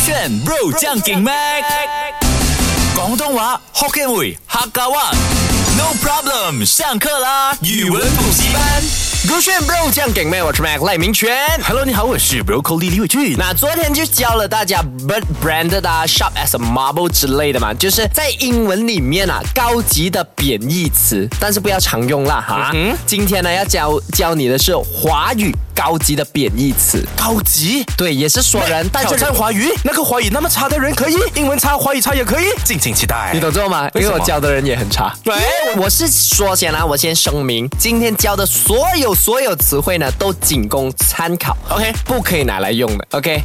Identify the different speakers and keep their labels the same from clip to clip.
Speaker 1: 选 Bro 将劲 Mac，广东话 Hokkien 语客家话。No problem，上课啦！语文补习班。
Speaker 2: 酷炫 bro 酱给妹，我是 Mac 赖明权。
Speaker 1: Hello，你好，我是 Broccoli 李伟俊。
Speaker 2: 那昨天就教了大家 bird branded 啊，sharp as a marble 之类的嘛，就是在英文里面啊高级的贬义词，但是不要常用啦哈。今天呢要教教你的是华语高级的贬义词，
Speaker 3: 高级。
Speaker 2: 对，也是说人，但
Speaker 3: 挑
Speaker 2: 是
Speaker 3: 战华语，那个华语那么差的人可以，英文差，华语差也可以，敬请期待。
Speaker 2: 你懂这种吗？
Speaker 3: 为
Speaker 2: 因为
Speaker 3: 什么
Speaker 2: 我教的人也很差。对，我是说先啊，我先声明，今天教的所有所有词汇呢，都仅供参考
Speaker 3: OK
Speaker 2: 不可以拿来用的。OK，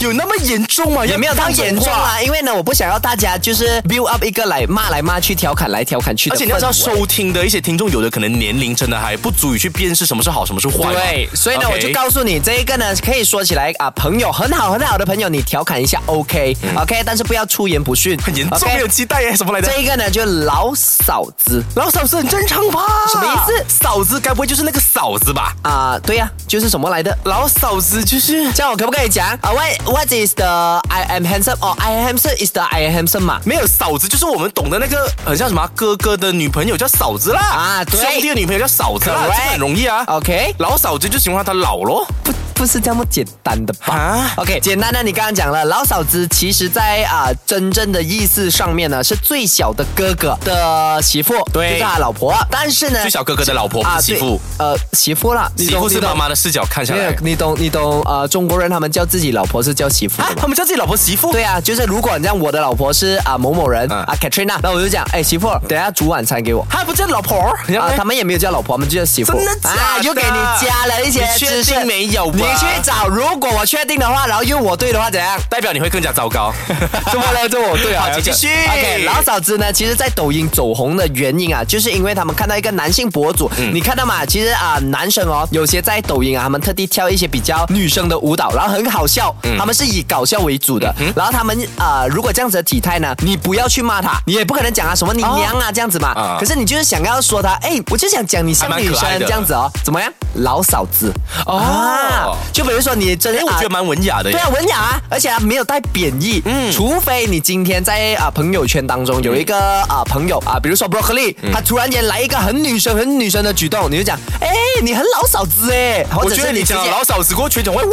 Speaker 3: 有那么严重吗？
Speaker 2: 也没有
Speaker 3: 要
Speaker 2: 到
Speaker 3: 当
Speaker 2: 严重
Speaker 3: 话。
Speaker 2: 啦，因为呢，我不想要大家就是 build up 一个来骂来骂去、调侃来调侃去的
Speaker 3: 而
Speaker 2: 氛
Speaker 3: 哦且
Speaker 2: 围，
Speaker 3: 你要知道，收听的一些听众，有的可能年龄真的还不足以去辨识什么是好，什么是坏嘛。
Speaker 2: 对，所以呢
Speaker 3: OK
Speaker 2: 我就告诉你，这一个呢，可以说起来啊，朋友很好很好的朋友，你调侃一下，OK，OK，、但是不要出言不逊，
Speaker 3: 很嗯严重，
Speaker 2: OK？
Speaker 3: 没有期待耶，什么来着？
Speaker 2: 这一个呢，就老嫂子
Speaker 3: 老嫂子很正常吧？
Speaker 2: 什么意思？
Speaker 3: 嫂子该不会就是那个嫂子吧？
Speaker 2: 啊、对呀、就是什么来的？
Speaker 3: 老嫂子就是
Speaker 2: 这样我可不可以讲啊、w h a t What is the I am handsome？哦、i am handsome is the I am handsome 嘛？
Speaker 3: 没有嫂子，就是我们懂的那个，很像什么啊哥哥的女朋友叫嫂子啦，
Speaker 2: 啊对
Speaker 3: 兄弟的女朋友叫嫂子啦，这
Speaker 2: Correct
Speaker 3: 个很容易啊。
Speaker 2: OK
Speaker 3: 老嫂子就喜欢他老咯。
Speaker 2: 不不是这么简单的吧？
Speaker 3: 啊
Speaker 2: OK，简单的你刚刚讲了，老嫂子其实在啊、真正的意思上面呢，是最小的哥哥的媳妇，
Speaker 3: 对
Speaker 2: 就是他老婆。但是呢，
Speaker 3: 最小哥哥的老婆不是媳妇，
Speaker 2: 对呃，媳妇啦，你
Speaker 3: 媳
Speaker 2: 懂
Speaker 3: 妇是妈。
Speaker 2: 你懂
Speaker 3: 妈的视角看下
Speaker 2: 没有
Speaker 3: 来，。
Speaker 2: 你懂你懂呃，中国人他们叫自己老婆是叫媳妇
Speaker 3: 啊
Speaker 2: 的， 吗？
Speaker 3: 他们叫自己老婆媳妇？
Speaker 2: 对啊，就是如果你像我的老婆是啊、某某人
Speaker 3: 嗯
Speaker 2: 啊 Katrina，那我就讲，哎媳妇，等一下煮晚餐给我。
Speaker 3: 他不叫老婆，
Speaker 2: 啊，
Speaker 3: 他
Speaker 2: 他
Speaker 3: 们
Speaker 2: 们也没有叫老婆，他们就叫媳妇。
Speaker 3: 真的假的
Speaker 2: 啊？又给你加了一些
Speaker 3: 你确
Speaker 2: 知识
Speaker 3: 定没有吧
Speaker 2: 你去找，如果我确定的话，然后又我对的话，怎样？
Speaker 3: 代表你会更加糟 糕。
Speaker 2: 怎么了？这我对啊。
Speaker 3: 好继续
Speaker 2: OK，老嫂子呢，其实，在抖音走红的原因啊，就是因为他们看到一个男性博主，
Speaker 3: 嗯
Speaker 2: 你看到嘛？其实啊、男生哦，有些在抖音啊，他们特地跳一些比较女生的舞蹈，然后很好笑，
Speaker 3: 嗯
Speaker 2: 他们是以搞笑为主的。然后他们啊、如果这样子的体态呢，你不要去骂他，你也不可能讲啊什么你娘啊、这样子嘛。
Speaker 3: 啊
Speaker 2: 可是你就是想要说他，哎，我就想讲你像
Speaker 3: 还蛮
Speaker 2: 女
Speaker 3: 可
Speaker 2: 生
Speaker 3: 爱的
Speaker 2: 这样子哦，怎么样？老嫂子啊
Speaker 3: 哦
Speaker 2: 就比如说你真的
Speaker 3: 哎，我
Speaker 2: 啊
Speaker 3: 觉得蛮文雅的耶
Speaker 2: 对。啊，文雅啊，而且啊没有带贬义。嗯，除非你今天在啊、朋友圈当中有一个
Speaker 3: 嗯
Speaker 2: 啊、朋友啊，比如说 broccoli，、他突然间来一个很女生很女生的举动，你就讲，哎，你很老嫂子哎，或
Speaker 3: 我
Speaker 2: 者
Speaker 3: 觉
Speaker 2: 是
Speaker 3: 得你
Speaker 2: 直
Speaker 3: 讲
Speaker 2: 接哎
Speaker 3: 老嫂子过全场会哇，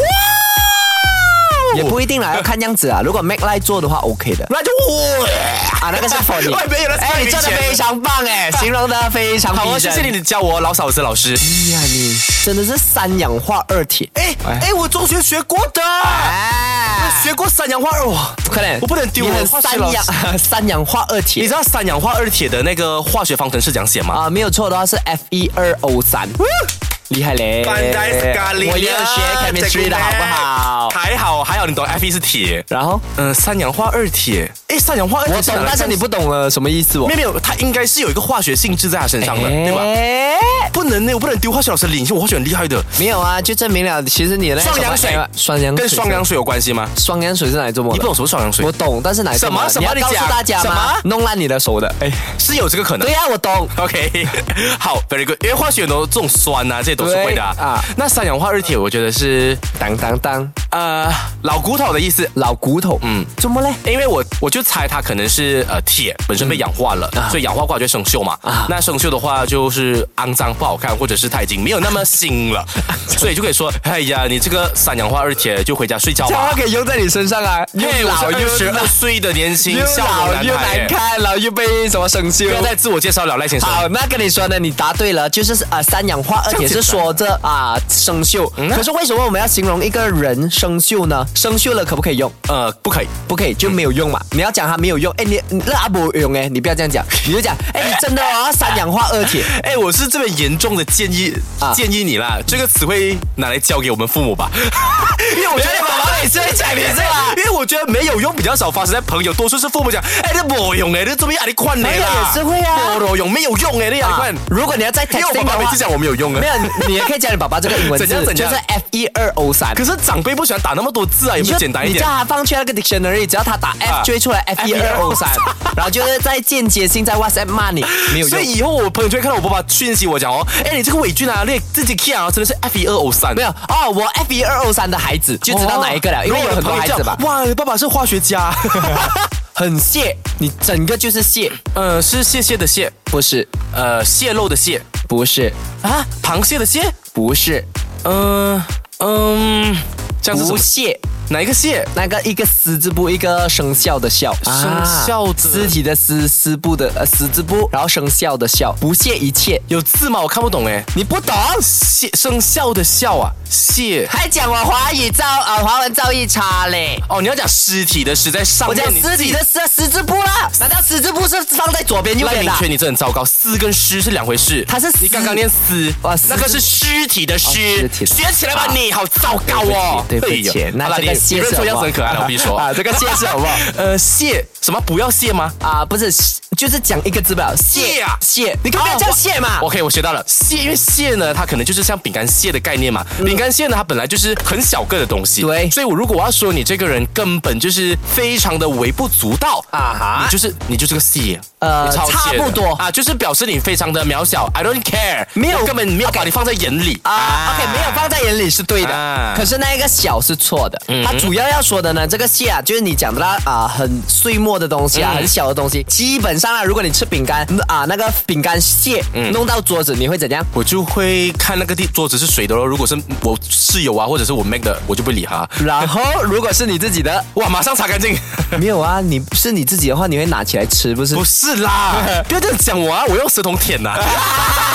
Speaker 2: 也不一定啦，要看样子啊。如果 make like 做的话，OK 的
Speaker 3: 那就哇。
Speaker 2: 啊，那 个是 for 你。
Speaker 3: 喂没有那是
Speaker 2: 哎，你做的
Speaker 3: 明显的
Speaker 2: 非常棒 哎，形容的非常逼
Speaker 3: 好啊，谢
Speaker 2: 真
Speaker 3: 谢你，。你教我老嫂子老师。
Speaker 2: 哎呀，你真的是三氧化二铁。
Speaker 3: 哎哎，我中学学过的，
Speaker 2: 哎，
Speaker 3: 学过三氧化二哇。
Speaker 2: 快点，
Speaker 3: 我不能丢啊我
Speaker 2: 你很
Speaker 3: 的化学
Speaker 2: 三
Speaker 3: 老
Speaker 2: 氧 三氧化二铁
Speaker 3: 你。知道三氧化二铁的那个化学方程式怎样写吗？
Speaker 2: 啊，没有错的话是 F 一二 O 三，厉害嘞！
Speaker 3: 啊
Speaker 2: 我也有学 chemistry 的好不好？
Speaker 3: 还好还好，你懂 Fe 是铁，
Speaker 2: 然后
Speaker 3: 嗯、三氧化二铁，哎，三氧化二铁
Speaker 2: 我
Speaker 3: 是
Speaker 2: 懂
Speaker 3: 哪来，的，
Speaker 2: 但是你不懂了，什么意思哦
Speaker 3: 没？有没有，它应该是有一个化学性质在它身上的，对吧？
Speaker 2: 哎
Speaker 3: 不能呢，我不能丢化学老师的脸，我化学很厉害的。
Speaker 2: 没有啊，就证明了其实你的那个
Speaker 3: 双氧
Speaker 2: 什么哎
Speaker 3: 水
Speaker 2: 双嗯氧水
Speaker 3: 跟双氧水有关系吗？
Speaker 2: 双氧水是哪里做的？
Speaker 3: 你不懂什么双氧水
Speaker 2: 我懂，但是哪里做的
Speaker 3: 什么什么
Speaker 2: 你要告
Speaker 3: 你
Speaker 2: 诉
Speaker 3: 讲
Speaker 2: 大家
Speaker 3: 什
Speaker 2: 吗
Speaker 3: 么？
Speaker 2: 弄烂你的手的。哎，
Speaker 3: 是有这个可能
Speaker 2: 对。呀，我懂。
Speaker 3: OK，好，very good。因为化学很多这种酸啊，这些都是会的
Speaker 2: 对啊
Speaker 3: 啊。那三氧化二铁，我觉得是
Speaker 2: 当当当，
Speaker 3: 呃老骨头的意思。
Speaker 2: 老骨头。嗯
Speaker 3: 嗯，
Speaker 2: 怎么嘞？
Speaker 3: 因为我我就猜它可能是呃铁本身被氧化了，所以氧化过来就会生锈嘛。
Speaker 2: 嗯啊
Speaker 3: 那生锈的话就是肮脏不好看，或者是它已经没有那么新 了，所以就可以说，哎呀，你这个三氧化二铁就回家睡觉
Speaker 2: 这样
Speaker 3: 吧
Speaker 2: 话。可以用在你身上啊，
Speaker 3: 嘿，
Speaker 2: 又
Speaker 3: 我
Speaker 2: 老
Speaker 3: 是
Speaker 2: 又
Speaker 3: 二十二岁的年轻
Speaker 2: 又
Speaker 3: 笑
Speaker 2: 老
Speaker 3: 容
Speaker 2: 又
Speaker 3: 男孩
Speaker 2: 难
Speaker 3: 耶，
Speaker 2: 看，然后又被什么生
Speaker 3: 不
Speaker 2: 锈
Speaker 3: 要。再自我介绍了，赖先生。
Speaker 2: 好，那跟你说呢，你答对了，就是呃三氧化二铁是说这啊、生锈、
Speaker 3: 嗯
Speaker 2: 可是为什么我们要形容一个人生锈呢？生锈了可不可以用？
Speaker 3: 呃，不可以，
Speaker 2: 不可以就没有用嘛。
Speaker 3: 嗯
Speaker 2: 你要讲它没有用，哎，你你那阿伯用哎，你不要这 样讲，你就讲哎，你真的哦，三氧化二铁。
Speaker 3: 哎，我是这么严重的建议、
Speaker 2: 啊
Speaker 3: 建议你啦，这个词汇拿来交给我们父 母吧，因为我觉得
Speaker 2: 妈妈每次会讲你这个
Speaker 3: 因为我觉得没有用比较少发生在朋友，多数是父母讲，哎，这没用哎，这做咩压力宽呢
Speaker 2: 朋友
Speaker 3: 啦，
Speaker 2: 也是会啊
Speaker 3: 没有用没有用哎，这压力
Speaker 2: 啊
Speaker 3: 宽，
Speaker 2: 如果你要在
Speaker 3: 因为我
Speaker 2: texting 的
Speaker 3: 爸爸每
Speaker 2: 话
Speaker 3: 次，讲我没有用
Speaker 2: 没
Speaker 3: 哎。
Speaker 2: 有，你也可以叫你爸爸这个英文字，
Speaker 3: 怎样怎
Speaker 2: 就
Speaker 3: 样
Speaker 2: 是 F 一二 O 三。
Speaker 3: 可是长辈不喜欢打那么多字啊，有
Speaker 2: 你
Speaker 3: 没
Speaker 2: 就
Speaker 3: 有简单一
Speaker 2: 你
Speaker 3: 点
Speaker 2: 叫？他放去那个 dictionary，只要他打 F
Speaker 3: 啊
Speaker 2: 追出来 F 一二 O 三，然后就是在间接性在 WhatsApp 骂你，没有
Speaker 3: 所
Speaker 2: 用。
Speaker 3: 以以后我朋友圈看到我爸爸讯息我讲哦，哎，你这个伟俊啊，你自己看啊，真的是 F 一二 O 三，
Speaker 2: 哦
Speaker 3: 哦
Speaker 2: 没有哦，我 F 一二 O 三的孩子就知道哪一个了，因为有很多孩子嘛。
Speaker 3: 哇，
Speaker 2: 哎，爸爸是化学家，很蟹，你整个就是蟹，
Speaker 3: 呃，是蟹蟹的蟹，
Speaker 2: 不是，
Speaker 3: 呃，蟹肉的蟹
Speaker 2: 不是，
Speaker 3: 啊，螃蟹的蟹，
Speaker 2: 不是，呃
Speaker 3: 嗯嗯，这样是什
Speaker 2: 不
Speaker 3: 么？
Speaker 2: 蟹，
Speaker 3: 哪一个蟹？
Speaker 2: 那个一个丝字部，一个生肖的肖，
Speaker 3: 生肖的
Speaker 2: 尸体的尸，丝部的呃丝字部，然后生肖的肖，不屑一切，
Speaker 3: 有字吗？我看不懂哎。
Speaker 2: 你不懂。
Speaker 3: 蟹生肖的肖啊，蟹。
Speaker 2: 还讲我华语造啊、华文造诣差嘞。
Speaker 3: 哦，你要讲尸体的尸在上
Speaker 2: 我
Speaker 3: 面，
Speaker 2: 讲
Speaker 3: 哦你
Speaker 2: 尸
Speaker 3: 自己
Speaker 2: 体的尸十字部啦，难道十字部是放在左边右
Speaker 3: 赖
Speaker 2: 边
Speaker 3: 明
Speaker 2: 的啊？
Speaker 3: 权，你这很糟糕。丝跟尸是两回事，
Speaker 2: 它是
Speaker 3: 你刚刚念丝，
Speaker 2: 哇丝
Speaker 3: 那个是尸体的
Speaker 2: 哦
Speaker 3: 尸
Speaker 2: 尸，体
Speaker 3: 学起来吧
Speaker 2: 啊
Speaker 3: 你，好糟糕哦。
Speaker 2: 对不起，
Speaker 3: 哎
Speaker 2: 对
Speaker 3: 呦
Speaker 2: 不起，那
Speaker 3: 好啦
Speaker 2: 这个
Speaker 3: 你
Speaker 2: 蟹
Speaker 3: 你认
Speaker 2: 是
Speaker 3: 错
Speaker 2: 好
Speaker 3: 样子
Speaker 2: 不好
Speaker 3: 很可爱了，我跟你说
Speaker 2: 啊，这个蟹是好不好？
Speaker 3: 呃，蟹什么不要蟹吗
Speaker 2: 啊，不是，就是讲一个字吧，
Speaker 3: 蟹啊
Speaker 2: 蟹，你干嘛叫蟹嘛？
Speaker 3: ？OK，我学到了蟹，因为蟹呢，它可能就是像饼干蟹的概念嘛。饼干蟹呢，它本来就是很小个的东西，
Speaker 2: 嗯对
Speaker 3: 所以我如果我要说你这个人根本就是非常的微不足道
Speaker 2: 啊哈
Speaker 3: 你就是你就是个蟹，
Speaker 2: 呃
Speaker 3: 你超蟹的
Speaker 2: 差不多
Speaker 3: 啊，就是表示你非常的渺小，I don't care，
Speaker 2: 没有
Speaker 3: 我根本没有把你放在眼里
Speaker 2: 啊，OK，没有放在眼里是对
Speaker 3: 啊嗯
Speaker 2: 的，可是那一个小是错的。它主要要说的呢，这个蟹啊，就是你讲的啦啊，很碎末的东西啊，
Speaker 3: 嗯
Speaker 2: 很小的东西。基本上啊，如果你吃饼干嗯啊，那个饼干蟹
Speaker 3: 嗯
Speaker 2: 弄到桌子，你会怎样？
Speaker 3: 我就会看那个地桌子是谁的咯。如果是我室友啊，或者是我 make 的，我就不理他。
Speaker 2: 然后，如果是你自己的，
Speaker 3: 哇，马上擦干净。
Speaker 2: 没有啊，你是你自己的话，你会拿起来吃，不是？
Speaker 3: 不是 啦，不要这样讲我啊，我用舌头舔呐、哎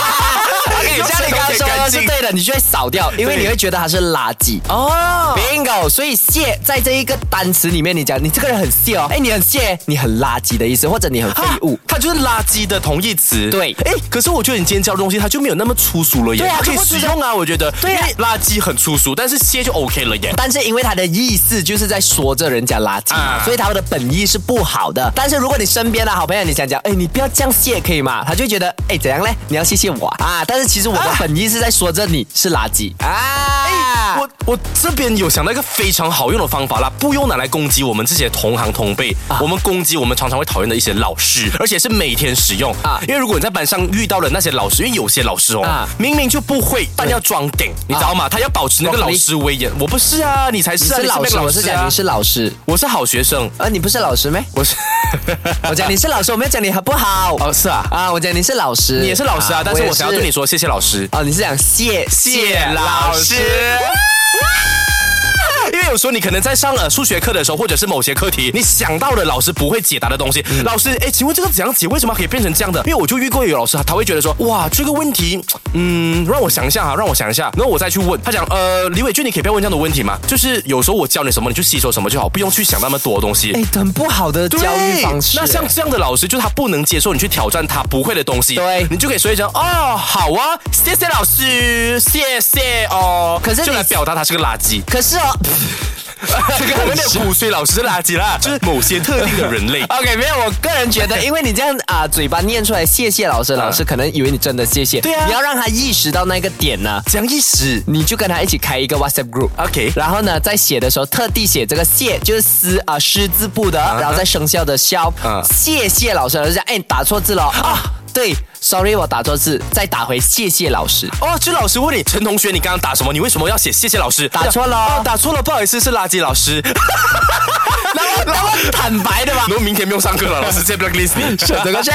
Speaker 2: 你像你刚刚说的是对的，你就会扫掉，因为
Speaker 3: 对
Speaker 2: 你会觉得它是垃圾。
Speaker 3: 哦。
Speaker 2: bingo，所以蟹在这一个单词里面，你讲你这个人很蟹哦，哎，你很蟹，你很垃圾的意思，或者你很废物。
Speaker 3: 它就是垃圾的同义词。
Speaker 2: 对
Speaker 3: 哎，可是我觉得你今天教的东西，它就没有那么粗俗了耶。
Speaker 2: 对啊
Speaker 3: 它可以
Speaker 2: 全部粗
Speaker 3: 使
Speaker 2: 俗
Speaker 3: 用啊，我觉得。
Speaker 2: 对
Speaker 3: 因
Speaker 2: 啊
Speaker 3: 为垃圾很粗俗，但是蟹就 OK 了耶。
Speaker 2: 但是因为它的意思就是在说着人家垃圾嘛，
Speaker 3: 啊
Speaker 2: 所以它的本意是不好的。但是如果你身边的好朋友，你想讲，哎，你不要这样谢可以吗？他就觉得，哎，怎样嘞？你要谢谢我啊！啊但是其实我的本意是在说着你是垃圾啊。
Speaker 3: 哎我我这边有想到一个非常好用的方法啦，不用拿来攻击我们这些同行同辈，
Speaker 2: 啊
Speaker 3: 我们攻击我们常常会讨厌的一些老师，而且是每天使用
Speaker 2: 啊
Speaker 3: 因为如果你在班上遇到了那些老师，因为有些老师哦，
Speaker 2: 啊
Speaker 3: 明明就不会，但要装顶，你知道吗？他要保持那个
Speaker 2: 装
Speaker 3: 老
Speaker 2: 逼
Speaker 3: 师威严。我不是啊，你才
Speaker 2: 你
Speaker 3: 是啊，
Speaker 2: 是老
Speaker 3: 那
Speaker 2: 师，
Speaker 3: 个
Speaker 2: 我是讲
Speaker 3: 啊
Speaker 2: 你，是老师，
Speaker 3: 我是好学生，
Speaker 2: 而你不是老师咩？
Speaker 3: 我是
Speaker 2: 我讲你是老师，我没有讲你好不好
Speaker 3: 哦是啊，
Speaker 2: 啊！我讲你是老师，
Speaker 3: 你也是老师啊，但是我想要对你
Speaker 2: 说，
Speaker 3: 说，谢谢老师，
Speaker 2: 哦，你是讲谢
Speaker 3: 谢老师。因为有时候你可能在上呃数学课的时候，或者是某些课题，你想到了老师不会解答的东西，老师，哎，请问这个怎样解？为什么可以变成这样的？因为我就遇过有老师，他会觉得说，哇，这个问题，嗯，让我想一下哈，让我想一下，然后我再去问。他讲，呃，李伟俊，你可以不要问这样的问题吗？就是有时候我教你什么，你就吸收什么就好，不用去想那么多东西。
Speaker 2: 哎，很不好的
Speaker 3: 对
Speaker 2: 教育方式。
Speaker 3: 那像这样的老师，就是他不能接受你去挑战他不会的东西，
Speaker 2: 对
Speaker 3: 你就可以说一声哦，好啊，谢谢老师，谢谢哦。
Speaker 2: 可是你
Speaker 3: 就来表达他是个垃圾，
Speaker 2: 可是哦
Speaker 3: 这个有点骨髓老师是垃圾 啦，就是某些特定的人类。
Speaker 2: ，OK，没有，我个人觉 得，因为你这样啊、嘴巴念出来谢谢老师，老师可能以为你真的谢谢。
Speaker 3: 对啊
Speaker 2: 你要让他意识到那个点呢、
Speaker 3: 讲意思
Speaker 2: 你就跟他一起开一个 WhatsApp group。
Speaker 3: ，OK，
Speaker 2: 然后呢，在写的时候特地写这个谢，就是思啊师字部的，然后再生肖的肖
Speaker 3: 嗯，
Speaker 2: 谢谢老师，老师讲，哎，你打错字了啊，对，sorry，我打错字，再打回谢谢老师。
Speaker 3: 哦，这老师问你，陈同学，你刚刚打什么？你为什么要写谢谢老师？
Speaker 2: 打错了
Speaker 3: 哦打错了，不好意思，是垃圾老 师。
Speaker 2: 然后，然后坦白的吧
Speaker 3: 然，后明天不用上课了，老师直接 blacklist 你。
Speaker 2: 整个圈。